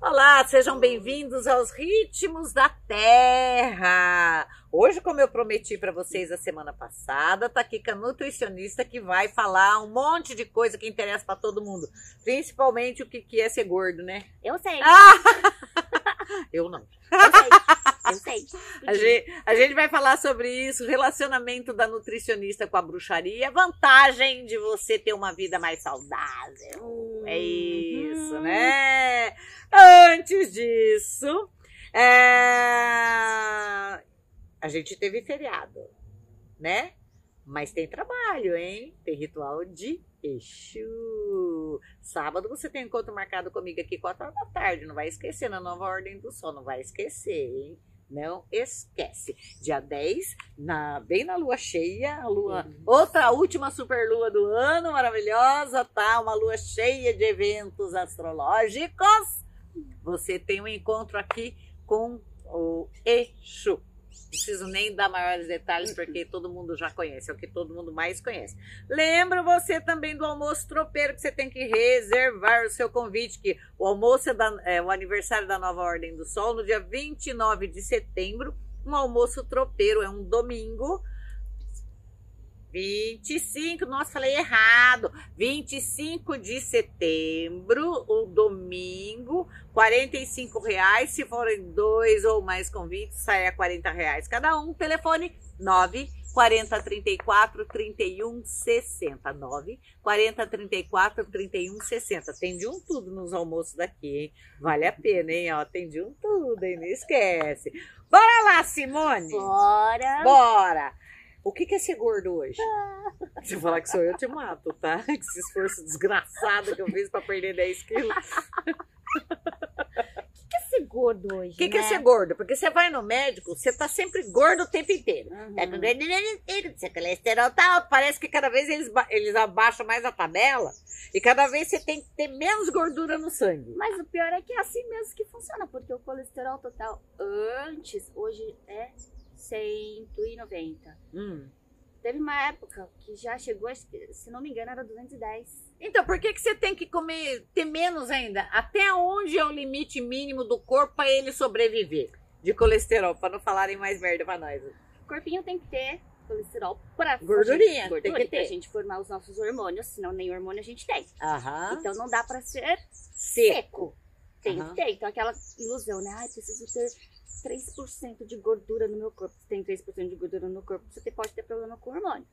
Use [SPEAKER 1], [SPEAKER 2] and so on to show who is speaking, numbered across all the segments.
[SPEAKER 1] Olá, sejam bem-vindos aos Ritmos da Terra. Hoje, como eu prometi para vocês a semana passada, tá aqui com a nutricionista que vai falar um monte de coisa que interessa para todo mundo, principalmente o que que é ser gordo, né?
[SPEAKER 2] Eu sei.
[SPEAKER 1] Eu não.
[SPEAKER 2] Eu sei. Eu sei.
[SPEAKER 1] A gente, a gente vai falar sobre isso, relacionamento da nutricionista com a bruxaria, vantagem de você ter uma vida mais saudável. É isso,
[SPEAKER 2] Uhum.
[SPEAKER 1] né? Antes disso, é, a gente teve feriado, né? Mas tem trabalho, hein? Tem ritual de Exu. Sábado você tem encontro marcado comigo aqui 4 horas da tarde. Não vai esquecer, na nova ordem do sol. Não vai esquecer, hein? Não esquece. Dia 10, na, bem na lua cheia, a lua, outra última super lua do ano, maravilhosa, tá? Uma lua cheia de eventos astrológicos. Você tem um encontro aqui com o Exu. Não preciso nem dar maiores detalhes, porque todo mundo já conhece, é o que todo mundo mais conhece. Lembro você também do almoço tropeiro, que você tem que reservar o seu convite, que o almoço é, da- é o aniversário da Nova Ordem do Sol, no dia 29 de setembro, um almoço tropeiro, é um domingo. 25, nossa, falei errado. 25 de setembro, o domingo, R$ reais. Se forem dois ou mais convites, sai a R$ 40 reais cada um. Telefone 9 40 34 31 60. 9 40 34 31 60. Tem de um tudo nos almoços daqui, hein? Vale a pena, hein? Ó, tem de um tudo, hein? Não esquece. Bora lá,
[SPEAKER 2] Uhum.
[SPEAKER 1] Simone!
[SPEAKER 2] Bora.
[SPEAKER 1] Bora! O que, que é ser gordo hoje? Se eu falar que sou eu, eu te mato, tá? Esse esforço desgraçado que eu fiz pra perder 10 quilos.
[SPEAKER 2] O que é ser gordo hoje? né?
[SPEAKER 1] O que, que é ser gordo? Porque você vai no médico, você tá sempre gordo o tempo inteiro. Tá com
[SPEAKER 2] gordo?
[SPEAKER 1] gordura inteira, seu colesterol tá alto. Parece que cada vez eles, ba- eles abaixam mais a tabela e cada vez você tem que ter menos gordura no sangue.
[SPEAKER 2] Mas o pior é que é assim mesmo que funciona, porque o colesterol total antes, hoje é 190.
[SPEAKER 1] Hum.
[SPEAKER 2] Teve uma época que já chegou, acho que, se não me engano, era 210.
[SPEAKER 1] Então, por que, que você tem que comer, ter menos ainda? Até onde é o limite mínimo do corpo pra ele sobreviver? De colesterol, pra não falarem mais merda pra nós.
[SPEAKER 2] O corpinho tem que ter colesterol pra
[SPEAKER 1] Gordurinha,
[SPEAKER 2] pra
[SPEAKER 1] tem
[SPEAKER 2] gente-
[SPEAKER 1] que
[SPEAKER 2] gordurinha, pra
[SPEAKER 1] ter.
[SPEAKER 2] gente formar os nossos hormônios, senão nem hormônio a gente tem.
[SPEAKER 1] Aham.
[SPEAKER 2] Então não dá pra ser
[SPEAKER 1] seco.
[SPEAKER 2] Tem
[SPEAKER 1] Aham.
[SPEAKER 2] que ter. Então, aquela ilusão, né? Ai, preciso ter 3% de gordura no meu corpo. Se tem 3% de gordura no corpo, você te- pode ter problema com o hormônio.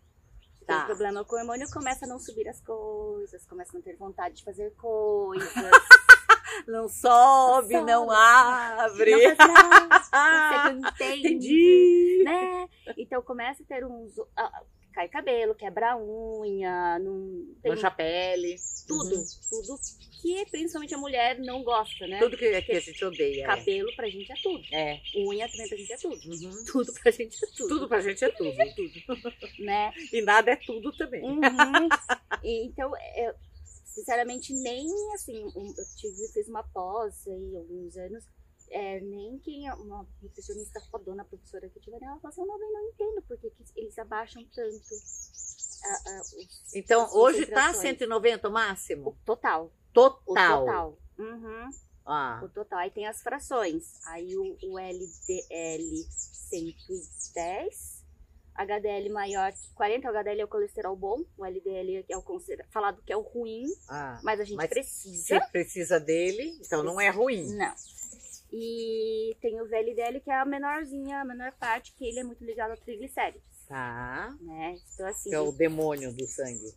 [SPEAKER 2] Se
[SPEAKER 1] Tá.
[SPEAKER 2] tem problema com o hormônio, começa a não subir as coisas, começa a não ter vontade de fazer coisas.
[SPEAKER 1] Não sobe,
[SPEAKER 2] Sobe.
[SPEAKER 1] não abre.
[SPEAKER 2] Não faz nada,
[SPEAKER 1] Ah,
[SPEAKER 2] você não entende,
[SPEAKER 1] Entendi.
[SPEAKER 2] Né? Então, começa a ter uns... ah, cai cabelo, quebra a unha, não... Tem
[SPEAKER 1] Mancha a pele.
[SPEAKER 2] tudo,
[SPEAKER 1] Uhum.
[SPEAKER 2] tudo que principalmente a mulher não gosta, né?
[SPEAKER 1] Tudo que, que a gente odeia. né?
[SPEAKER 2] Cabelo pra gente é tudo.
[SPEAKER 1] É.
[SPEAKER 2] Unha também pra gente é tudo.
[SPEAKER 1] Uhum.
[SPEAKER 2] Tudo pra gente é tudo.
[SPEAKER 1] Tudo pra gente é tudo.
[SPEAKER 2] né?
[SPEAKER 1] E nada é tudo também.
[SPEAKER 2] Uhum. E, então, eu, sinceramente, nem assim, um- eu tive, fiz uma pós aí alguns anos. é, nem quem é uma nutricionista fodona, professora que tiver, ela fala assim, eu não, eu não entendo porque que eles abaixam tanto a- a- os-
[SPEAKER 1] Então,
[SPEAKER 2] as
[SPEAKER 1] hoje tá
[SPEAKER 2] concentrações.
[SPEAKER 1] 190 o
[SPEAKER 2] O
[SPEAKER 1] máximo?
[SPEAKER 2] total.
[SPEAKER 1] Total.
[SPEAKER 2] O total. Uhum,
[SPEAKER 1] Ah,
[SPEAKER 2] o total. Aí tem as frações. Aí o, o LDL 110, HDL maior que 40, o HDL é o colesterol bom, o LDL é o considera- falado que é o ruim,
[SPEAKER 1] ah.
[SPEAKER 2] mas a gente
[SPEAKER 1] Mas
[SPEAKER 2] precisa.
[SPEAKER 1] Você precisa dele, então não é ruim.
[SPEAKER 2] Não. E tem o VLDL, que é a menorzinha, a menor parte, que ele é muito ligado a triglicéridos,
[SPEAKER 1] Tá.
[SPEAKER 2] né? Então, assim,
[SPEAKER 1] Que é o demônio do sangue.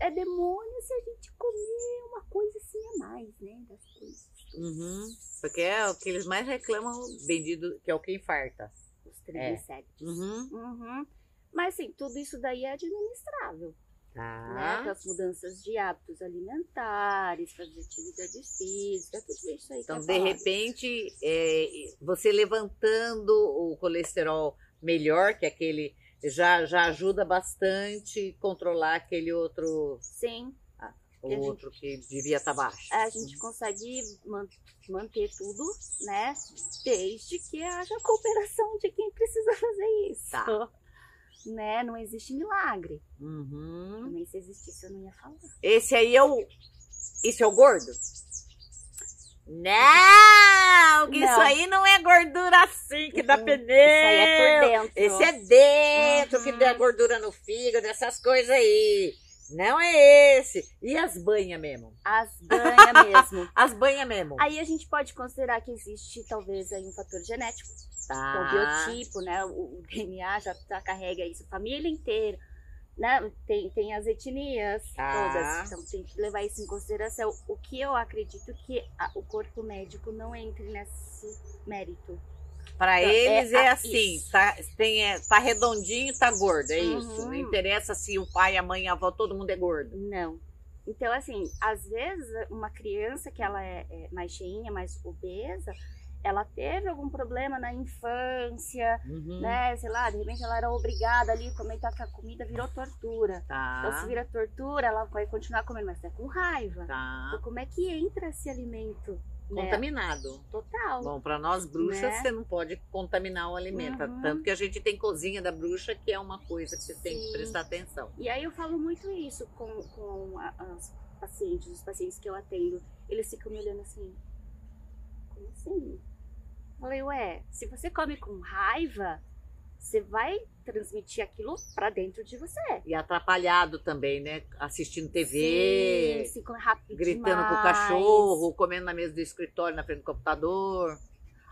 [SPEAKER 2] é demônio se a gente comer uma coisa assim a mais, né? Das coisas.
[SPEAKER 1] Uhum. Porque é o que eles mais reclamam, vendido, que é o que infarta.
[SPEAKER 2] Os
[SPEAKER 1] É.
[SPEAKER 2] triglicéridos.
[SPEAKER 1] Uhum.
[SPEAKER 2] Uhum. Mas, assim, tudo isso daí é administrável, né? Com
[SPEAKER 1] Tá.
[SPEAKER 2] as mudanças de hábitos alimentares, fazer atividade física, tudo isso aí. que
[SPEAKER 1] Então,
[SPEAKER 2] é
[SPEAKER 1] de
[SPEAKER 2] falado.
[SPEAKER 1] repente, é, você levantando o colesterol melhor, que é aquele já, já ajuda bastante controlar aquele outro,
[SPEAKER 2] Sim.
[SPEAKER 1] o
[SPEAKER 2] Que a gente-
[SPEAKER 1] outro que É, devia estar baixo.
[SPEAKER 2] a gente consegue man- manter tudo, né? Desde que haja cooperação de quem precisa fazer isso,
[SPEAKER 1] Tá.
[SPEAKER 2] né? Não existe milagre.
[SPEAKER 1] Uhum.
[SPEAKER 2] Também se existisse eu não ia falar.
[SPEAKER 1] Esse aí é o. Isso é o gordo? Não! Isso aí não é gordura assim que dá
[SPEAKER 2] Uhum.
[SPEAKER 1] pneu.
[SPEAKER 2] Isso aí é por dentro.
[SPEAKER 1] Esse é dentro que
[SPEAKER 2] Uhum.
[SPEAKER 1] dá gordura no fígado, essas coisas aí. Não é esse. E as banhas mesmo?
[SPEAKER 2] As banhas mesmo.
[SPEAKER 1] As banhas mesmo.
[SPEAKER 2] Aí a gente pode considerar que existe talvez aí um fator genético, que é o
[SPEAKER 1] tá.
[SPEAKER 2] biotipo, né? O, o DNA já, já carrega isso, a família inteira, né? Tem, tem as etnias
[SPEAKER 1] Tá.
[SPEAKER 2] todas, então tem que levar isso em consideração. O que eu acredito que a- o corpo médico não entre nesse mérito.
[SPEAKER 1] Pra
[SPEAKER 2] É
[SPEAKER 1] eles é,
[SPEAKER 2] a-
[SPEAKER 1] assim,
[SPEAKER 2] isso.
[SPEAKER 1] tá, tem, é, tá redondinho, tá gordo, é isso.
[SPEAKER 2] Uhum.
[SPEAKER 1] Não interessa se o pai, a mãe, a avó, todo mundo é gordo.
[SPEAKER 2] Não. Então, assim, às vezes uma criança que ela é, é mais cheinha, mais obesa, ela teve algum problema na infância,
[SPEAKER 1] Uhum.
[SPEAKER 2] né? Sei lá, de repente ela era obrigada ali a comer então a comida virou tortura. Então
[SPEAKER 1] Tá,
[SPEAKER 2] se vira tortura, ela vai continuar comendo, mas é com raiva.
[SPEAKER 1] tá.
[SPEAKER 2] Então, como é que entra esse alimento? né?
[SPEAKER 1] Contaminado.
[SPEAKER 2] Total.
[SPEAKER 1] Bom, pra nós bruxas,
[SPEAKER 2] Né?
[SPEAKER 1] você não pode contaminar o alimento.
[SPEAKER 2] Uhum.
[SPEAKER 1] Tanto que a gente tem cozinha da bruxa, que é uma coisa que você tem que
[SPEAKER 2] Sim.
[SPEAKER 1] prestar atenção.
[SPEAKER 2] E aí eu falo muito isso com, com a- as pacientes, os pacientes que eu atendo. Eles ficam me olhando assim. Como assim? Eu Falei, ué, se você come com raiva, você vai transmitir aquilo pra dentro de você.
[SPEAKER 1] E atrapalhado também, né? Assistindo TV,
[SPEAKER 2] Sim, se come rápido
[SPEAKER 1] gritando com o
[SPEAKER 2] demais.
[SPEAKER 1] cachorro, comendo na mesa do escritório, na frente do computador.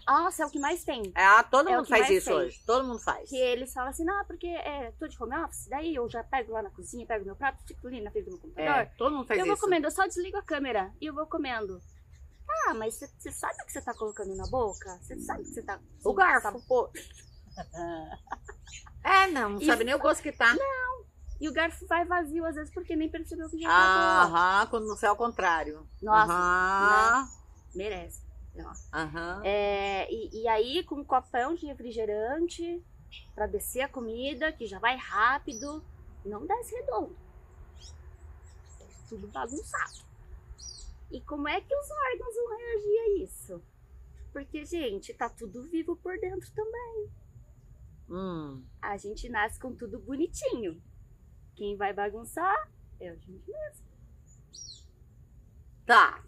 [SPEAKER 2] Nossa, é o que mais tem.
[SPEAKER 1] Ah, todo
[SPEAKER 2] É o
[SPEAKER 1] mundo
[SPEAKER 2] que
[SPEAKER 1] faz
[SPEAKER 2] mais
[SPEAKER 1] isso
[SPEAKER 2] tem.
[SPEAKER 1] hoje. Todo mundo faz.
[SPEAKER 2] Que eles falam assim, não, porque é, tô de home office, daí eu já pego lá na cozinha, pego meu prato, fico ali na frente do meu computador.
[SPEAKER 1] É, todo mundo faz
[SPEAKER 2] eu
[SPEAKER 1] isso.
[SPEAKER 2] vou comendo, eu só desligo a câmera e eu vou comendo. Ah, mas você sabe o que você tá colocando na boca? Você sabe o que você tá.
[SPEAKER 1] O garfo, pô. É, não, não
[SPEAKER 2] E-
[SPEAKER 1] sabe nem o gosto que tá.
[SPEAKER 2] E o garfo vai vazio às vezes porque nem percebeu que já acabou.
[SPEAKER 1] Ah, Aham, quando não sai ao contrário.
[SPEAKER 2] Nossa,
[SPEAKER 1] Aham.
[SPEAKER 2] merece.
[SPEAKER 1] Aham.
[SPEAKER 2] É, e, e aí, com um copão de refrigerante, pra descer a comida, que já vai rápido, não desce redondo. Tudo bagunçado. E como é que os órgãos vão reagir a isso? Porque, gente, tá tudo vivo por dentro também.
[SPEAKER 1] Hum.
[SPEAKER 2] A gente nasce com tudo bonitinho. Quem vai bagunçar é a gente mesmo.
[SPEAKER 1] Tá.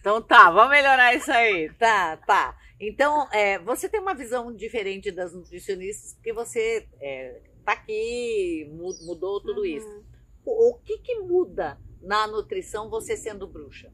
[SPEAKER 1] Então tá, vamos melhorar isso aí. Tá, tá. Então, é, você tem uma visão diferente das nutricionistas, porque você é, tá aqui, mu- mudou tudo isso.
[SPEAKER 2] Uhum.
[SPEAKER 1] O, o que que muda na nutrição você sendo bruxa?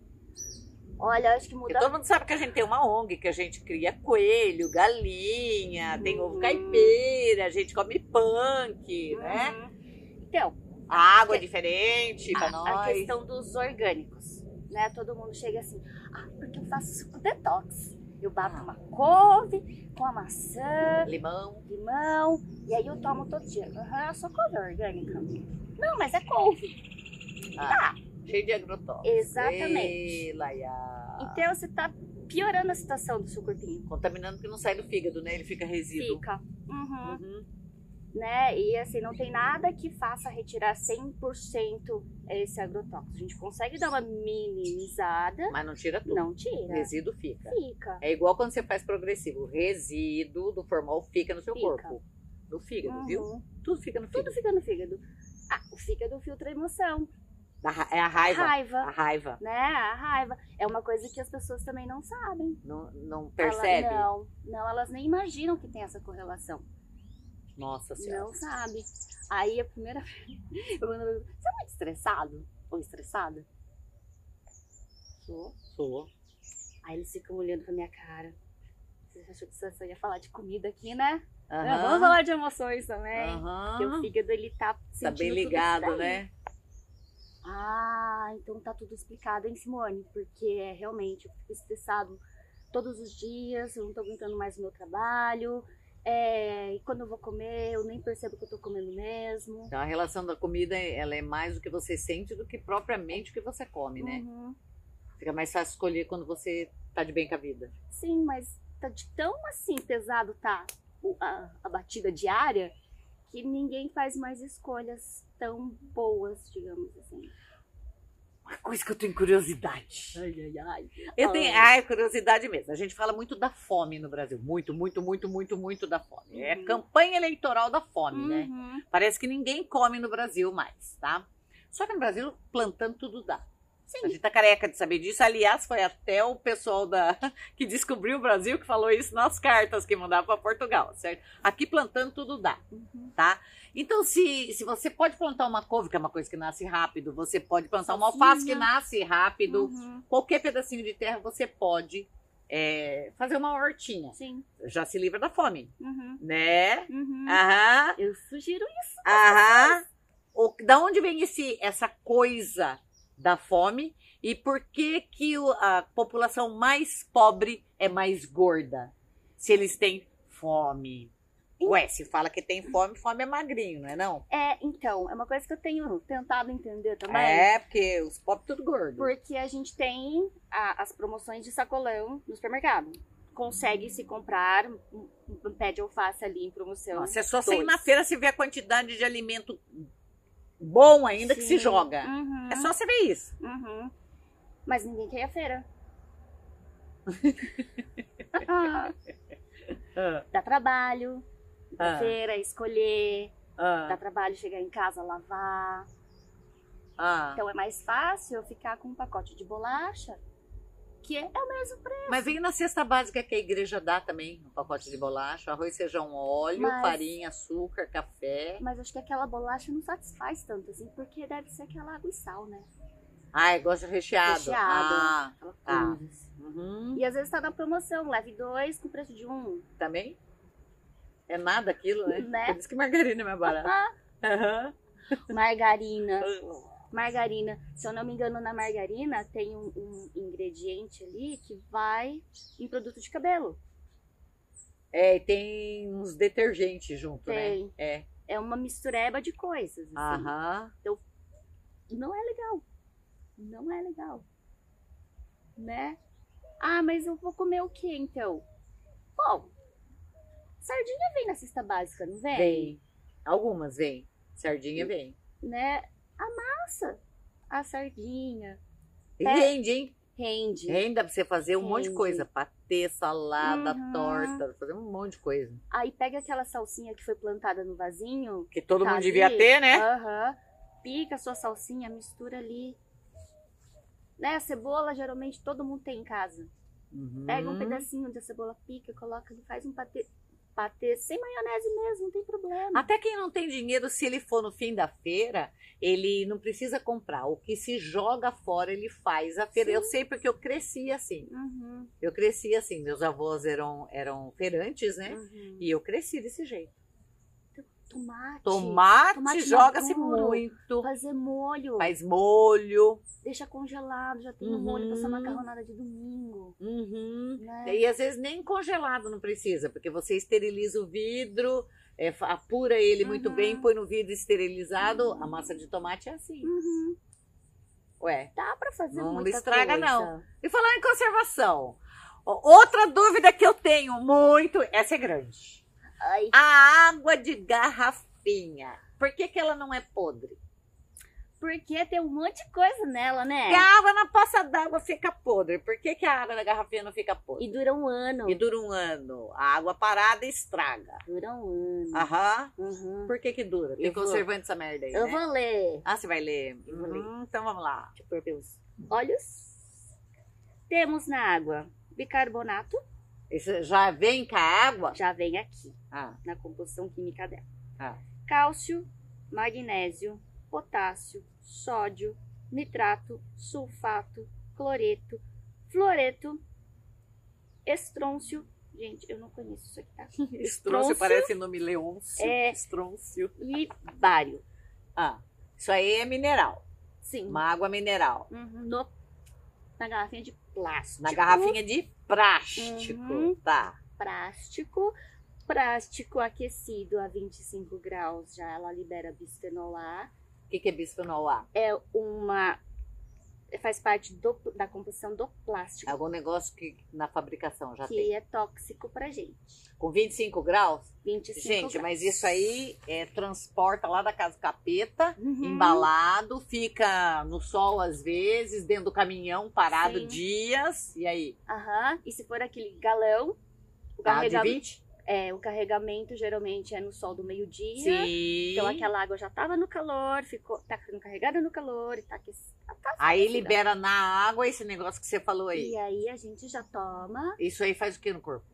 [SPEAKER 2] Olha, eu acho que
[SPEAKER 1] Porque
[SPEAKER 2] muda
[SPEAKER 1] todo mundo sabe que a gente tem uma ONG, que a gente cria coelho, galinha, tem ovo
[SPEAKER 2] Uhum.
[SPEAKER 1] caipira, a gente come punk, né?
[SPEAKER 2] Uhum. Então,
[SPEAKER 1] A água é diferente pra
[SPEAKER 2] a
[SPEAKER 1] nós.
[SPEAKER 2] questão dos orgânicos, né? Todo mundo chega assim, ah, porque eu faço suco detox. Eu bato
[SPEAKER 1] Ah.
[SPEAKER 2] uma couve com a maçã,
[SPEAKER 1] Limão.
[SPEAKER 2] limão, e aí eu tomo todo dia. Aham, só couve orgânica. Não, mas é couve.
[SPEAKER 1] Ah, Cheio de agrotóxicos.
[SPEAKER 2] Exatamente.
[SPEAKER 1] Ei, Laia.
[SPEAKER 2] Então você tá piorando a situação do seu corpinho.
[SPEAKER 1] Contaminando porque não sai do fígado, né? Ele fica resíduo.
[SPEAKER 2] Fica. Uhum.
[SPEAKER 1] Uhum.
[SPEAKER 2] Né? E assim, não tem nada que faça retirar 100% esse agrotóxico. A gente consegue dar uma minimizada,
[SPEAKER 1] Mas não tira tudo.
[SPEAKER 2] não
[SPEAKER 1] O
[SPEAKER 2] tira.
[SPEAKER 1] resíduo fica.
[SPEAKER 2] Fica.
[SPEAKER 1] É igual quando você faz progressivo. O resíduo do formal fica no seu
[SPEAKER 2] Fica.
[SPEAKER 1] corpo. No fígado, É, viu?
[SPEAKER 2] Uhum.
[SPEAKER 1] Tudo fica no fígado.
[SPEAKER 2] Tudo fica no fígado. Ah, o fígado filtra a emoção.
[SPEAKER 1] Da ra- É a raiva.
[SPEAKER 2] raiva.
[SPEAKER 1] A raiva.
[SPEAKER 2] Né? A raiva. É uma coisa que as pessoas também não sabem.
[SPEAKER 1] Não, não percebe?
[SPEAKER 2] Ela- não, não, elas nem imaginam que tem essa correlação.
[SPEAKER 1] Nossa senhora.
[SPEAKER 2] Não sabe. Aí a primeira vez. eu mando- Você é muito estressado? Ou estressada? Sou.
[SPEAKER 1] Sou.
[SPEAKER 2] Aí eles ficam olhando pra minha cara. Você achou que você só ia falar de comida aqui, né? Não, Vamos
[SPEAKER 1] Aham.
[SPEAKER 2] falar de emoções também. Porque o
[SPEAKER 1] Aham.
[SPEAKER 2] fígado, ele tá
[SPEAKER 1] Tá
[SPEAKER 2] sentindo
[SPEAKER 1] bem
[SPEAKER 2] tudo tá isso
[SPEAKER 1] ligado,
[SPEAKER 2] daí.
[SPEAKER 1] né?
[SPEAKER 2] Ah, então tá tudo explicado, hein, Simone? Porque é realmente eu fico estressado todos os dias, eu não tô aguentando mais o meu trabalho. é, e quando eu vou comer, eu nem percebo que eu tô comendo mesmo.
[SPEAKER 1] Então a relação da comida, ela é mais o que você sente do que propriamente o que você come, né?
[SPEAKER 2] Uhum.
[SPEAKER 1] Fica mais fácil escolher quando você tá de bem com a vida.
[SPEAKER 2] Sim, mas tá de tão assim pesado tá o- a, a batida diária que ninguém faz mais escolhas tão boas, digamos assim.
[SPEAKER 1] Uma coisa que eu tenho curiosidade.
[SPEAKER 2] Ai, ai, ai.
[SPEAKER 1] Eu
[SPEAKER 2] Ah.
[SPEAKER 1] tenho, ah, é curiosidade mesmo. A gente fala muito da fome no Brasil. Muito, muito, muito, muito, muito da fome. É
[SPEAKER 2] Uhum.
[SPEAKER 1] campanha eleitoral da fome, né?
[SPEAKER 2] Uhum.
[SPEAKER 1] Parece que ninguém come no Brasil mais, tá? Só que no Brasil, plantando tudo dá.
[SPEAKER 2] Sim.
[SPEAKER 1] A gente tá careca de saber disso. Aliás, foi até o pessoal da que descobriu o Brasil que falou isso nas cartas que mandava para Portugal, certo? Aqui plantando tudo dá,
[SPEAKER 2] Uhum.
[SPEAKER 1] tá? Então, se, se você pode plantar uma couve, que é uma coisa que nasce rápido, você pode plantar uma
[SPEAKER 2] Salsinha.
[SPEAKER 1] alface que nasce rápido,
[SPEAKER 2] Uhum.
[SPEAKER 1] qualquer pedacinho de terra você pode é, fazer uma hortinha.
[SPEAKER 2] Sim.
[SPEAKER 1] Já se livra da fome,
[SPEAKER 2] Uhum.
[SPEAKER 1] né?
[SPEAKER 2] Uhum.
[SPEAKER 1] Aham.
[SPEAKER 2] Eu sugiro
[SPEAKER 1] Aham. O- Da onde vem esse, essa coisa da fome e por que, que o- a população mais pobre é mais gorda? Se eles têm fome. Ué, se fala que tem fome, fome é magrinho, não é não?
[SPEAKER 2] É, então, é uma coisa que eu tenho tentado entender também.
[SPEAKER 1] É, porque os pobres tudo gordo.
[SPEAKER 2] Porque a gente tem a- as promoções de sacolão no supermercado. Consegue se comprar um, um pé de alface ali em promoção.
[SPEAKER 1] Nossa, é só
[SPEAKER 2] dois.
[SPEAKER 1] sair na feira você ver a quantidade de alimento bom ainda que se
[SPEAKER 2] Sim.
[SPEAKER 1] joga.
[SPEAKER 2] Uhum,
[SPEAKER 1] É só você ver isso.
[SPEAKER 2] uhum. Mas ninguém quer ir à feira. dá trabalho, ir pra
[SPEAKER 1] Ah.
[SPEAKER 2] feira, escolher, dá trabalho chegar em casa, lavar.
[SPEAKER 1] Ah.
[SPEAKER 2] Então é mais fácil eu ficar com um pacote de bolacha, que é o mesmo preço.
[SPEAKER 1] Mas vem na cesta básica que a igreja dá também, um pacote de bolacha, arroz, feijão, óleo,
[SPEAKER 2] Mas-
[SPEAKER 1] farinha, açúcar, café.
[SPEAKER 2] Mas acho que aquela bolacha não satisfaz tanto, assim, porque deve ser aquela água e sal, né?
[SPEAKER 1] Ah, eu gosto de recheado.
[SPEAKER 2] Recheado.
[SPEAKER 1] Ah,
[SPEAKER 2] Aquela
[SPEAKER 1] Tá.
[SPEAKER 2] coisa.
[SPEAKER 1] uhum.
[SPEAKER 2] E às vezes tá na promoção, leve dois com preço de um.
[SPEAKER 1] Também? É nada aquilo, né?
[SPEAKER 2] Né? Ah,
[SPEAKER 1] Por isso que margarina é mais barata. Aham.
[SPEAKER 2] Margarina. Margarina. Se eu não me engano, na margarina tem um, um ingrediente ali que vai em produto de cabelo.
[SPEAKER 1] É, e tem uns detergentes junto,
[SPEAKER 2] Tem.
[SPEAKER 1] né? É.
[SPEAKER 2] É uma mistureba de coisas. assim.
[SPEAKER 1] Aham.
[SPEAKER 2] Não é legal. Não é legal. Né? Ah, mas eu vou comer o que então? Bom, sardinha vem na cesta básica, não vem?
[SPEAKER 1] Vem. Algumas vêm. Sardinha vem.
[SPEAKER 2] Né? A massa. A sardinha.
[SPEAKER 1] E
[SPEAKER 2] É.
[SPEAKER 1] rende, hein?
[SPEAKER 2] Rende.
[SPEAKER 1] Renda pra você fazer um monte de
[SPEAKER 2] Rende.
[SPEAKER 1] coisa. Patê, salada,
[SPEAKER 2] Uhum.
[SPEAKER 1] torta, fazer um monte de coisa.
[SPEAKER 2] Aí pega aquela salsinha que foi plantada no vasinho.
[SPEAKER 1] Que todo
[SPEAKER 2] Tá
[SPEAKER 1] mundo devia
[SPEAKER 2] ali.
[SPEAKER 1] ter, né?
[SPEAKER 2] Aham. Pica a sua salsinha, mistura ali. Né? A cebola, geralmente, todo mundo tem em casa.
[SPEAKER 1] Uhum.
[SPEAKER 2] Pega um pedacinho da cebola, pica, coloca ali, faz um patê. Patê sem maionese mesmo, não tem problema.
[SPEAKER 1] Até quem não tem dinheiro, se ele for no fim da feira, ele não precisa comprar. O que se joga fora, ele faz a feira.
[SPEAKER 2] Sim.
[SPEAKER 1] Eu sei porque eu cresci assim.
[SPEAKER 2] Uhum,
[SPEAKER 1] Eu cresci assim. Meus avós eram, eram feirantes, né?
[SPEAKER 2] uhum.
[SPEAKER 1] E eu cresci desse jeito.
[SPEAKER 2] Tomate.
[SPEAKER 1] Tomate,
[SPEAKER 2] Tomate
[SPEAKER 1] joga-se
[SPEAKER 2] maduro.
[SPEAKER 1] muito.
[SPEAKER 2] Fazer molho.
[SPEAKER 1] Faz molho.
[SPEAKER 2] Deixa congelado, já tem o
[SPEAKER 1] Uhum.
[SPEAKER 2] molho pra sua macarronada de domingo.
[SPEAKER 1] Uhum.
[SPEAKER 2] Né?
[SPEAKER 1] E às vezes nem congelado não precisa, porque você esteriliza o vidro, é, fa- apura ele muito
[SPEAKER 2] Uhum.
[SPEAKER 1] bem, põe no vidro esterilizado. A massa de tomate é assim.
[SPEAKER 2] Uhum.
[SPEAKER 1] Ué.
[SPEAKER 2] Dá pra fazer
[SPEAKER 1] Não
[SPEAKER 2] muita
[SPEAKER 1] estraga,
[SPEAKER 2] coisa.
[SPEAKER 1] não. E falando em conservação, o- outra dúvida que eu tenho muito, essa é grande.
[SPEAKER 2] Ai,
[SPEAKER 1] A água de garrafinha. Por que, que ela não é podre?
[SPEAKER 2] porque tem um monte de coisa nela, né?
[SPEAKER 1] Porque a água na poça d'água fica podre. Por que, que a água da garrafinha não fica podre?
[SPEAKER 2] E dura um ano.
[SPEAKER 1] E dura um ano. A água parada estraga.
[SPEAKER 2] Dura um ano.
[SPEAKER 1] Ah. Aham.
[SPEAKER 2] Uhum.
[SPEAKER 1] Por que que dura? Tem
[SPEAKER 2] Eu vou-
[SPEAKER 1] conservante essa merda aí,
[SPEAKER 2] Eu
[SPEAKER 1] né?
[SPEAKER 2] vou ler.
[SPEAKER 1] Ah, você vai ler?
[SPEAKER 2] Eu vou ler.
[SPEAKER 1] Hum, então vamos lá.
[SPEAKER 2] Deixa eu pôr meus olhos. Temos na água bicarbonato,
[SPEAKER 1] Isso já vem com a água?
[SPEAKER 2] já vem aqui
[SPEAKER 1] Ah,
[SPEAKER 2] na composição química dela.
[SPEAKER 1] Ah.
[SPEAKER 2] Cálcio, magnésio, potássio, sódio, nitrato, sulfato, cloreto, fluoreto, estrôncio. Gente, eu não conheço isso aqui, tá?
[SPEAKER 1] estrôncio parece nome leôncio.
[SPEAKER 2] É.
[SPEAKER 1] Estrôncio.
[SPEAKER 2] E bário.
[SPEAKER 1] Ah, isso aí é mineral.
[SPEAKER 2] Sim.
[SPEAKER 1] Uma água mineral.
[SPEAKER 2] Uhum, no- na garrafinha de plástico.
[SPEAKER 1] Na garrafinha de plástico.
[SPEAKER 2] Tipo? Uhum.
[SPEAKER 1] Tá.
[SPEAKER 2] plástico. Plástico aquecido a 25 graus já ela libera bisfenol A.
[SPEAKER 1] O que, que é bisfenol A?
[SPEAKER 2] É uma. faz parte do- da composição do plástico,
[SPEAKER 1] É Algum negócio que na fabricação já
[SPEAKER 2] que
[SPEAKER 1] tem.
[SPEAKER 2] é tóxico pra gente.
[SPEAKER 1] Com 25 graus?
[SPEAKER 2] 25
[SPEAKER 1] Gente,
[SPEAKER 2] graus.
[SPEAKER 1] mas isso aí é, transporta lá da casa do capeta,
[SPEAKER 2] Uhum.
[SPEAKER 1] embalado, fica no sol às vezes, dentro do caminhão, parado
[SPEAKER 2] Sim.
[SPEAKER 1] dias. E aí?
[SPEAKER 2] Aham. E se for aquele galão, o
[SPEAKER 1] Tá de
[SPEAKER 2] carregamento.
[SPEAKER 1] 20?
[SPEAKER 2] É, o carregamento geralmente é no sol do meio-dia.
[SPEAKER 1] Sim.
[SPEAKER 2] Então aquela água já tava no calor, ficou, tá ficando carregada no calor e tá aquecida. tá
[SPEAKER 1] Aí
[SPEAKER 2] aquecida.
[SPEAKER 1] libera na água esse negócio que você falou aí.
[SPEAKER 2] E aí a gente já toma.
[SPEAKER 1] Isso aí faz o que no corpo?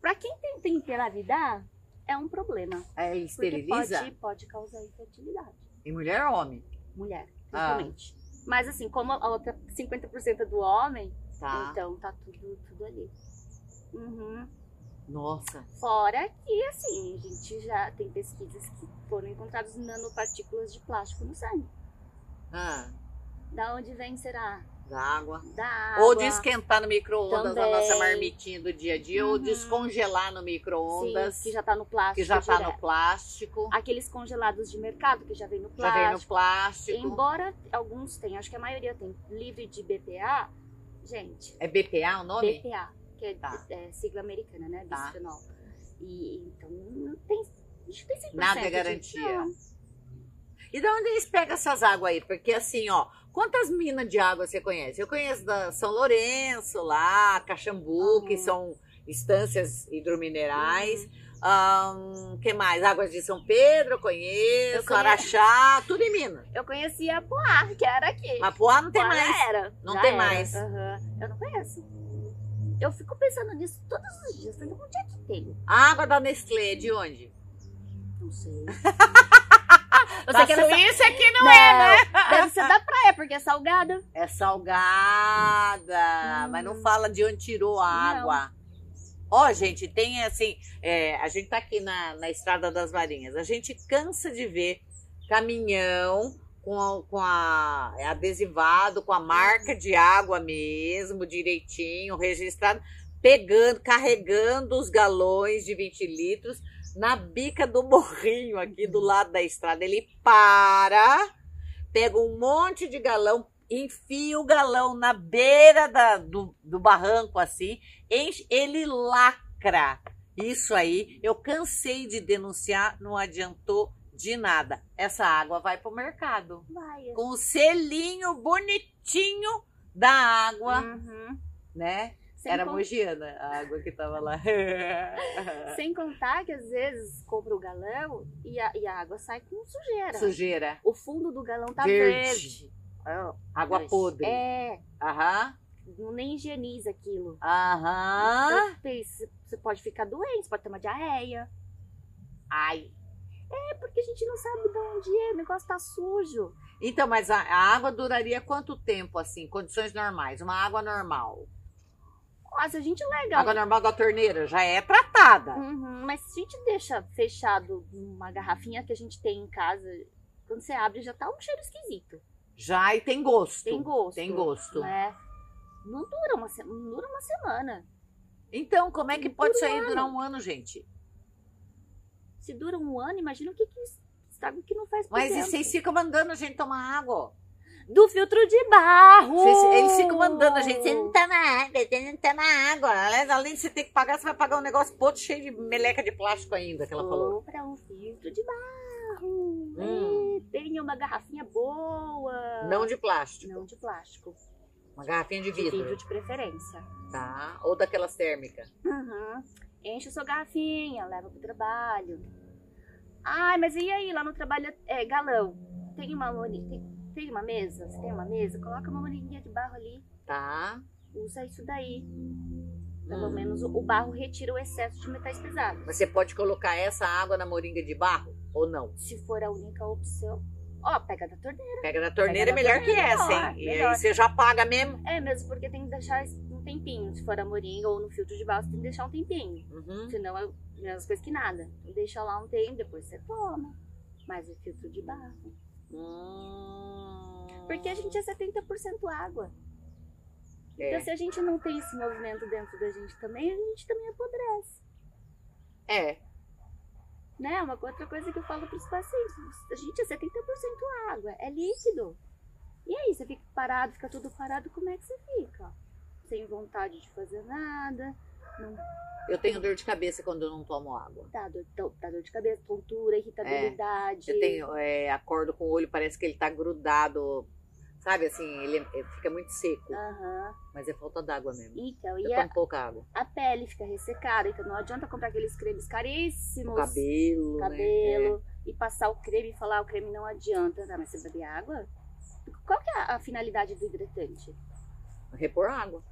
[SPEAKER 2] Pra quem tem temperalidade, é um problema.
[SPEAKER 1] É,
[SPEAKER 2] Porque
[SPEAKER 1] esteriliza?
[SPEAKER 2] pode, pode causar infertilidade.
[SPEAKER 1] Em mulher ou homem?
[SPEAKER 2] Mulher,
[SPEAKER 1] Ah.
[SPEAKER 2] principalmente. Mas assim, como a outra 50% é do homem,
[SPEAKER 1] Tá.
[SPEAKER 2] então tá tudo, tudo ali. Uhum.
[SPEAKER 1] Nossa.
[SPEAKER 2] Fora que, assim, a gente já tem pesquisas que foram encontradas nanopartículas de plástico no sangue.
[SPEAKER 1] Ah,
[SPEAKER 2] Da onde vem, será?
[SPEAKER 1] da água.
[SPEAKER 2] Da água.
[SPEAKER 1] Ou de esquentar no micro-ondas a
[SPEAKER 2] Também.
[SPEAKER 1] nossa marmitinha do dia a dia, ou
[SPEAKER 2] Uhum.
[SPEAKER 1] descongelar no micro-ondas,
[SPEAKER 2] Sim, que já tá no plástico.
[SPEAKER 1] que já tá no
[SPEAKER 2] direto.
[SPEAKER 1] plástico,
[SPEAKER 2] Aqueles congelados de mercado que já vem no
[SPEAKER 1] já
[SPEAKER 2] plástico.
[SPEAKER 1] vem no plástico.
[SPEAKER 2] Embora alguns tenham, acho que a maioria tem, livre de BPA, gente,
[SPEAKER 1] É BPA o nome?
[SPEAKER 2] BPA, que é,
[SPEAKER 1] Tá.
[SPEAKER 2] é sigla americana, né?
[SPEAKER 1] Tá.
[SPEAKER 2] Bisfenol. E então não tem. Não tem 100%
[SPEAKER 1] Nada é
[SPEAKER 2] de-
[SPEAKER 1] garantia.
[SPEAKER 2] não.
[SPEAKER 1] E de onde eles pegam essas águas aí? Porque assim, ó, quantas minas de água você conhece? Eu conheço da São Lourenço lá, Caxambu,
[SPEAKER 2] Uhum. Uhum.
[SPEAKER 1] que são instâncias hidrominerais. Ahn, que mais? Águas de São Pedro, eu conheço,
[SPEAKER 2] Eu conheço.
[SPEAKER 1] Araxá, tudo em Minas.
[SPEAKER 2] Eu conheci a Poá, que era aqui.
[SPEAKER 1] Mapuá não tem
[SPEAKER 2] Poá já
[SPEAKER 1] mais.
[SPEAKER 2] Era.
[SPEAKER 1] Não
[SPEAKER 2] já
[SPEAKER 1] tem
[SPEAKER 2] era.
[SPEAKER 1] mais.
[SPEAKER 2] Aham. Eu não conheço. Eu fico pensando nisso todos os dias. Falei, onde é que tem?
[SPEAKER 1] A água da Nestlé, de onde?
[SPEAKER 2] Não sei.
[SPEAKER 1] da
[SPEAKER 2] que era sa-
[SPEAKER 1] Suíça aqui é não.
[SPEAKER 2] não é, né? Deve ser da praia, porque é salgada.
[SPEAKER 1] É salgada,
[SPEAKER 2] Hum.
[SPEAKER 1] mas não fala de onde tirou a
[SPEAKER 2] Não.
[SPEAKER 1] água. Ó, gente, tem assim, é, a gente tá aqui na, na Estrada das Varinhas, a gente cansa de ver caminhão com a, com a- é adesivado, com a marca de água mesmo, direitinho, registrado, pegando, carregando os galões de 20 litros na bica do morrinho aqui do lado da estrada. Ele para, pega um monte de galão, enfia o galão na beira da- do, do barranco assim, enche, ele lacra. Isso aí, eu cansei de denunciar, não adiantou de nada. Essa água vai pro mercado.
[SPEAKER 2] Vai.
[SPEAKER 1] Com o selinho bonitinho da água,
[SPEAKER 2] Uhum.
[SPEAKER 1] né?
[SPEAKER 2] Sem
[SPEAKER 1] Era
[SPEAKER 2] con-
[SPEAKER 1] mogiana a água que tava lá.
[SPEAKER 2] Sem contar que às vezes compra o galão e a, e a água sai com sujeira.
[SPEAKER 1] Sujeira.
[SPEAKER 2] O fundo do galão tá
[SPEAKER 1] Verde.
[SPEAKER 2] verde.
[SPEAKER 1] Água podre.
[SPEAKER 2] É,
[SPEAKER 1] Aham.
[SPEAKER 2] não nem higieniza aquilo.
[SPEAKER 1] Aham.
[SPEAKER 2] Então, tem- Você pode ficar doente, pode ter uma diarreia.
[SPEAKER 1] Ai.
[SPEAKER 2] É porque a gente não sabe de onde é, o negócio tá sujo.
[SPEAKER 1] Então, mas a, a água duraria quanto tempo, assim, condições normais? Uma água normal.
[SPEAKER 2] Nossa, a gente é
[SPEAKER 1] A
[SPEAKER 2] legal.
[SPEAKER 1] água normal da torneira já é tratada.
[SPEAKER 2] Uhum, mas se a gente deixa fechado numa garrafinha que a gente tem em casa, quando você abre já tá um cheiro esquisito.
[SPEAKER 1] Já e tem gosto.
[SPEAKER 2] Tem gosto.
[SPEAKER 1] Tem gosto.
[SPEAKER 2] Né? Não dura uma, se- não dura uma semana.
[SPEAKER 1] Então, como é que
[SPEAKER 2] Dura
[SPEAKER 1] pode
[SPEAKER 2] um
[SPEAKER 1] isso aí
[SPEAKER 2] ano.
[SPEAKER 1] durar um ano, gente?
[SPEAKER 2] Se dura um ano, imagina o que, que estrago que não faz por
[SPEAKER 1] Mas e
[SPEAKER 2] dentro.
[SPEAKER 1] vocês ficam mandando a gente tomar água?
[SPEAKER 2] Do filtro de barro!
[SPEAKER 1] Vocês- eles ficam mandando a gente, você não toma água, você não toma água. Aliás, além de você ter que pagar, você vai pagar um negócio todo cheio de meleca de plástico ainda, que ela falou.
[SPEAKER 2] Compra um filtro de barro.
[SPEAKER 1] Hum.
[SPEAKER 2] É, tenha uma garrafinha boa.
[SPEAKER 1] Não de plástico,
[SPEAKER 2] Não de plástico.
[SPEAKER 1] uma garrafinha de
[SPEAKER 2] De vidro
[SPEAKER 1] vidro,
[SPEAKER 2] de preferência.
[SPEAKER 1] tá? Ou daquelas térmicas.
[SPEAKER 2] Uhum. Enche sua garrafinha, leva pro trabalho. Ai, mas e aí, lá no trabalho é galão. Tem uma loni- tem, tem uma mesa? Você tem uma mesa? Coloca uma molinha de barro ali.
[SPEAKER 1] Tá?
[SPEAKER 2] Usa isso daí. Pelo
[SPEAKER 1] Hum.
[SPEAKER 2] menos o, o barro retira o excesso de metais pesados.
[SPEAKER 1] Mas Você pode colocar essa água na moringa de barro ou não?
[SPEAKER 2] Se for a única opção. Ó, pega da torneira.
[SPEAKER 1] Pega na torneira é
[SPEAKER 2] na
[SPEAKER 1] melhor que
[SPEAKER 2] torneira,
[SPEAKER 1] essa,
[SPEAKER 2] melhor,
[SPEAKER 1] hein? E aí
[SPEAKER 2] melhor.
[SPEAKER 1] você já paga mesmo.
[SPEAKER 2] É mesmo, porque tem que deixar um tempinho. Se for a moringa ou no filtro de barro, você tem que deixar um tempinho.
[SPEAKER 1] Uhum.
[SPEAKER 2] Senão é a mesma coisa que nada. Deixa lá um tempo, depois você toma. Mas o filtro de barro.
[SPEAKER 1] Hum.
[SPEAKER 2] Porque a gente é 70% água.
[SPEAKER 1] é.
[SPEAKER 2] Então se a gente não tem esse movimento dentro da gente também, a gente também apodrece.
[SPEAKER 1] É.
[SPEAKER 2] Né? Uma outra coisa que eu falo pros pacientes. A gente é 70% água, é líquido. E aí, você fica parado, fica tudo parado, como é que você fica? Sem vontade de fazer nada,
[SPEAKER 1] Eu tenho dor de cabeça quando eu não tomo água.
[SPEAKER 2] dá Tá, dor, dá dor de cabeça,
[SPEAKER 1] É,
[SPEAKER 2] tontura, irritabilidade.
[SPEAKER 1] Eu tenho, é, acordo com o olho, parece que ele tá grudado. Sabe assim, ele, ele fica muito seco,
[SPEAKER 2] Aham.
[SPEAKER 1] mas é falta d'água mesmo.
[SPEAKER 2] Então,
[SPEAKER 1] Eu
[SPEAKER 2] e a,
[SPEAKER 1] tomo pouca água.
[SPEAKER 2] a pele fica ressecada, então não adianta comprar aqueles cremes
[SPEAKER 1] O
[SPEAKER 2] caríssimos.
[SPEAKER 1] cabelo, né?
[SPEAKER 2] cabelo, e passar o creme e falar "Ah, o creme não adianta. Tá, mas você bebe água? Qual que é a a finalidade do hidratante?
[SPEAKER 1] É, repor água.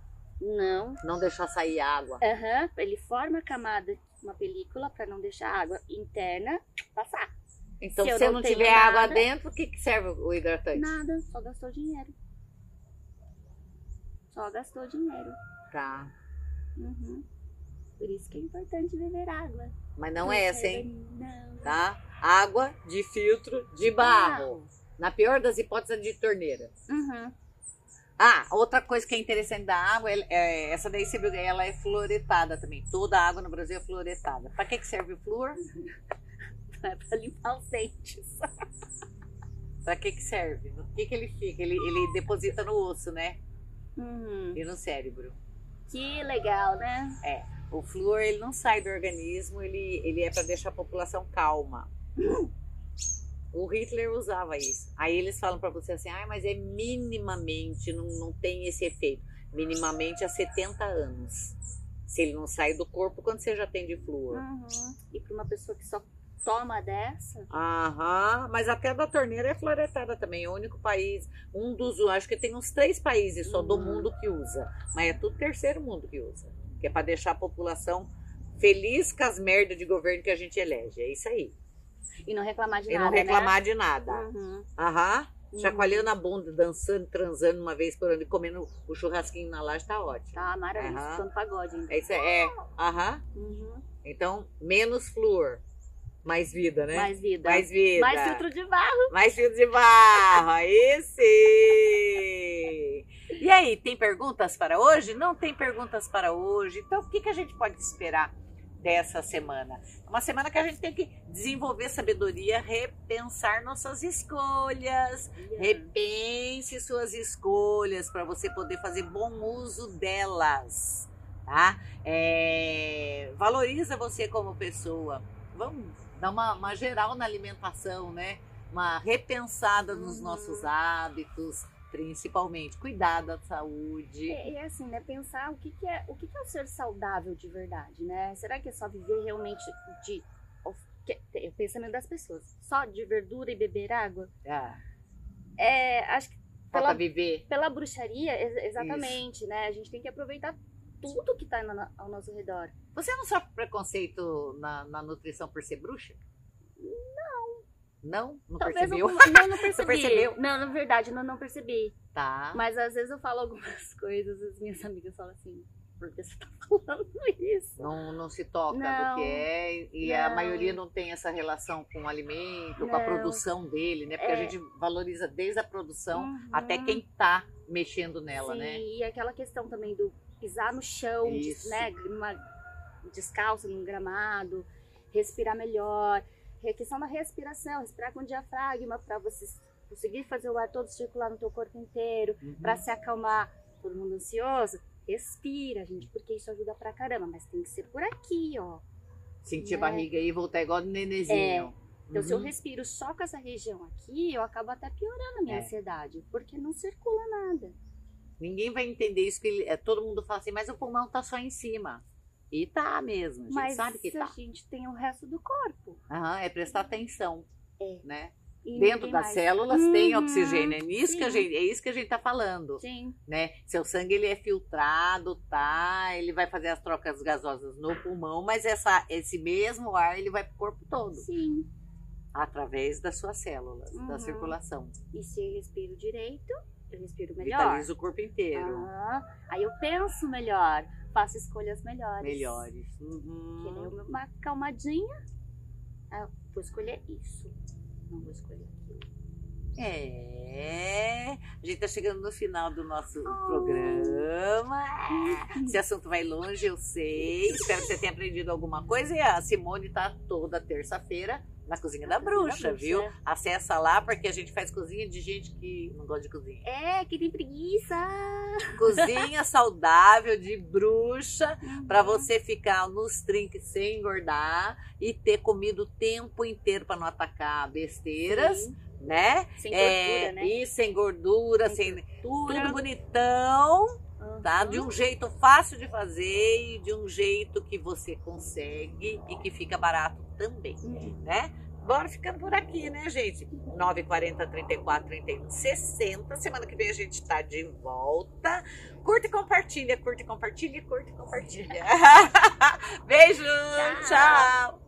[SPEAKER 2] Não.
[SPEAKER 1] Não deixar sair água.
[SPEAKER 2] Aham, ele forma a camada, uma película, pra não deixar a água interna passar.
[SPEAKER 1] Então,
[SPEAKER 2] Se
[SPEAKER 1] se,
[SPEAKER 2] eu
[SPEAKER 1] eu
[SPEAKER 2] não
[SPEAKER 1] não
[SPEAKER 2] tenho
[SPEAKER 1] tiver
[SPEAKER 2] nada-
[SPEAKER 1] água dentro, o que, que serve o hidratante?
[SPEAKER 2] Nada, só gastou dinheiro. Só gastou dinheiro.
[SPEAKER 1] Tá.
[SPEAKER 2] Uhum. Por isso que é importante beber água.
[SPEAKER 1] Mas não é essa, hein?
[SPEAKER 2] Não.
[SPEAKER 1] Tá? Água de filtro de barro. Na pior das hipóteses, é de torneira.
[SPEAKER 2] Uhum.
[SPEAKER 1] Ah, outra coisa que é interessante da água, é, é- essa daí você viu, ela é fluoretada também. Toda a água no Brasil é fluoretada. Pra que, que serve o flúor?
[SPEAKER 2] É pra limpar os dentes.
[SPEAKER 1] Pra que, que serve? No que, que ele fica? Ele, ele deposita no osso, né?
[SPEAKER 2] Uhum.
[SPEAKER 1] E no cérebro.
[SPEAKER 2] Que legal, né?
[SPEAKER 1] O flúor, ele não sai do organismo, ele, ele é pra deixar a população calma. O Hitler usava isso. Aí eles falam pra você assim, ah, mas é minimamente, não, não tem esse efeito. Minimamente a 70 anos. Se ele não sai do corpo, quando você já tem de flúor?
[SPEAKER 2] Uhum. E pra uma pessoa que só toma dessa,
[SPEAKER 1] Aham, mas até a da torneira é floretada também. É o único país, um dos, acho que tem uns três países só do
[SPEAKER 2] Hum.
[SPEAKER 1] mundo que usa. Mas é tudo terceiro mundo que usa. Que é pra deixar a população feliz com as merdas de governo que a gente elege. É isso aí.
[SPEAKER 2] e não reclamar de
[SPEAKER 1] E
[SPEAKER 2] nada.
[SPEAKER 1] não reclamar de nada.
[SPEAKER 2] Né? Uhum.
[SPEAKER 1] Aham.
[SPEAKER 2] Uhum.
[SPEAKER 1] Chacoalhando a bunda, dançando, transando uma vez por ano e comendo o churrasquinho na laje, tá ótimo.
[SPEAKER 2] Tá maravilhoso,
[SPEAKER 1] Aham.
[SPEAKER 2] escutando pagode ainda.
[SPEAKER 1] É isso aí. É. Aham.
[SPEAKER 2] Uhum.
[SPEAKER 1] Então, menos flúor, mais vida, né?
[SPEAKER 2] Mais vida.
[SPEAKER 1] Mais vida.
[SPEAKER 2] Mais filtro de barro.
[SPEAKER 1] Mais filtro de barro, aí sim! E aí, tem perguntas para hoje? Não tem perguntas para hoje. Então, o que, que a gente pode esperar dessa semana? É Uma semana que a gente tem que desenvolver sabedoria, repensar nossas escolhas. Repense suas escolhas para você poder fazer bom uso delas, tá? É, valoriza você como pessoa. Vamos dar uma, uma geral na alimentação, né? uma repensada nos
[SPEAKER 2] Uhum.
[SPEAKER 1] nossos hábitos, principalmente cuidar da saúde.
[SPEAKER 2] E, e assim, né, pensar o que, que é o que, que é o ser saudável de verdade, né? Será que é só viver realmente de of- que- tem o pensamento das pessoas, só de verdura e beber água?
[SPEAKER 1] Ah,
[SPEAKER 2] É, acho que
[SPEAKER 1] falta
[SPEAKER 2] pela,
[SPEAKER 1] viver.
[SPEAKER 2] pela bruxaria, ex- exatamente, né? A gente tem que aproveitar tudo que tá na- ao nosso redor.
[SPEAKER 1] Você não sofre preconceito na, na nutrição por ser bruxa? Não. Não? Não
[SPEAKER 2] Talvez
[SPEAKER 1] percebeu?
[SPEAKER 2] eu não, não percebi.
[SPEAKER 1] percebeu?
[SPEAKER 2] Não, na verdade, não, não percebi.
[SPEAKER 1] Tá.
[SPEAKER 2] Mas às vezes eu falo algumas coisas, as minhas amigas falam assim, por que você tá falando isso?
[SPEAKER 1] Não, não se toca
[SPEAKER 2] Não.
[SPEAKER 1] do que é. E a
[SPEAKER 2] Não.
[SPEAKER 1] maioria não tem essa relação com o alimento, com a
[SPEAKER 2] Não.
[SPEAKER 1] produção dele, né? Porque
[SPEAKER 2] É.
[SPEAKER 1] a gente valoriza desde a produção
[SPEAKER 2] Uhum.
[SPEAKER 1] Então, até quem tá mexendo nela,
[SPEAKER 2] Sim,
[SPEAKER 1] né?
[SPEAKER 2] E aquela questão também do pisar no chão, de-
[SPEAKER 1] Isso.
[SPEAKER 2] né? uma- descalço num gramado, respirar melhor. E a questão da respiração, respirar com o diafragma para você conseguir fazer o ar todo circular no teu corpo inteiro.
[SPEAKER 1] Uhum.
[SPEAKER 2] Pra se acalmar todo mundo ansioso, respira, gente, porque isso ajuda pra caramba, mas tem que ser por aqui, ó.
[SPEAKER 1] Sentir a
[SPEAKER 2] né?
[SPEAKER 1] barriga aí e voltar igual do nenezinho.
[SPEAKER 2] Então, se eu
[SPEAKER 1] Uhum.
[SPEAKER 2] respiro só com essa região aqui, eu acabo até piorando a minha
[SPEAKER 1] É.
[SPEAKER 2] ansiedade, porque não circula nada.
[SPEAKER 1] Ninguém vai entender isso, que ele- é, todo mundo fala assim, mas o pulmão tá só em cima. E tá mesmo, a gente
[SPEAKER 2] mas
[SPEAKER 1] sabe que
[SPEAKER 2] se a
[SPEAKER 1] tá.
[SPEAKER 2] gente tem o resto do corpo.
[SPEAKER 1] Aham, é prestar atenção,
[SPEAKER 2] É.
[SPEAKER 1] né?
[SPEAKER 2] e
[SPEAKER 1] Dentro
[SPEAKER 2] ninguém
[SPEAKER 1] das
[SPEAKER 2] mais-
[SPEAKER 1] células tem
[SPEAKER 2] Uhum,
[SPEAKER 1] oxigênio, é, nisso que a
[SPEAKER 2] sim.
[SPEAKER 1] gente, é isso que a gente tá falando,
[SPEAKER 2] Sim.
[SPEAKER 1] né? Seu sangue, ele é filtrado, tá? Ele vai fazer as trocas gasosas no pulmão, mas essa, esse mesmo ar, ele vai pro corpo todo,
[SPEAKER 2] Sim.
[SPEAKER 1] através das suas células, da
[SPEAKER 2] Uhum.
[SPEAKER 1] circulação.
[SPEAKER 2] E se eu respiro direito, eu respiro melhor.
[SPEAKER 1] Vitaliza o corpo inteiro,
[SPEAKER 2] Aham. Aí eu penso melhor, faço escolhas melhores.
[SPEAKER 1] melhores.
[SPEAKER 2] Que
[SPEAKER 1] Uhum.
[SPEAKER 2] deu uma acalmadinha. Ah, vou escolher isso. Não vou escolher aquilo.
[SPEAKER 1] É, a gente tá chegando no final do nosso
[SPEAKER 2] Oh.
[SPEAKER 1] programa. Esse assunto vai longe, eu sei. Espero que você tenha aprendido alguma coisa. E a Simone tá toda terça-feira na Cozinha É
[SPEAKER 2] Ah,
[SPEAKER 1] da
[SPEAKER 2] é
[SPEAKER 1] Bruxa, viu? Acessa lá, porque a gente faz cozinha de gente que não gosta de cozinha.
[SPEAKER 2] É, que tem preguiça.
[SPEAKER 1] Cozinha saudável de bruxa, pra
[SPEAKER 2] Uhum.
[SPEAKER 1] você ficar nos trinques sem engordar e ter comido o tempo inteiro pra não atacar besteiras.
[SPEAKER 2] Uhum. Sim.
[SPEAKER 1] né?
[SPEAKER 2] Sem
[SPEAKER 1] É,
[SPEAKER 2] gordura, né?
[SPEAKER 1] Isso, sem gordura, sem,
[SPEAKER 2] Sem Gordura.
[SPEAKER 1] tudo bonitão,
[SPEAKER 2] Uhum.
[SPEAKER 1] tá? De um jeito fácil de fazer e de um jeito que você consegue e que fica barato também,
[SPEAKER 2] Uhum.
[SPEAKER 1] né? Bora ficando por aqui, né, gente? 9h40, 34, 31, 60. um, Semana que vem a gente tá de volta. Curta e compartilha, curta e compartilha, curta e compartilha. Beijo,
[SPEAKER 2] Tchau.
[SPEAKER 1] tchau.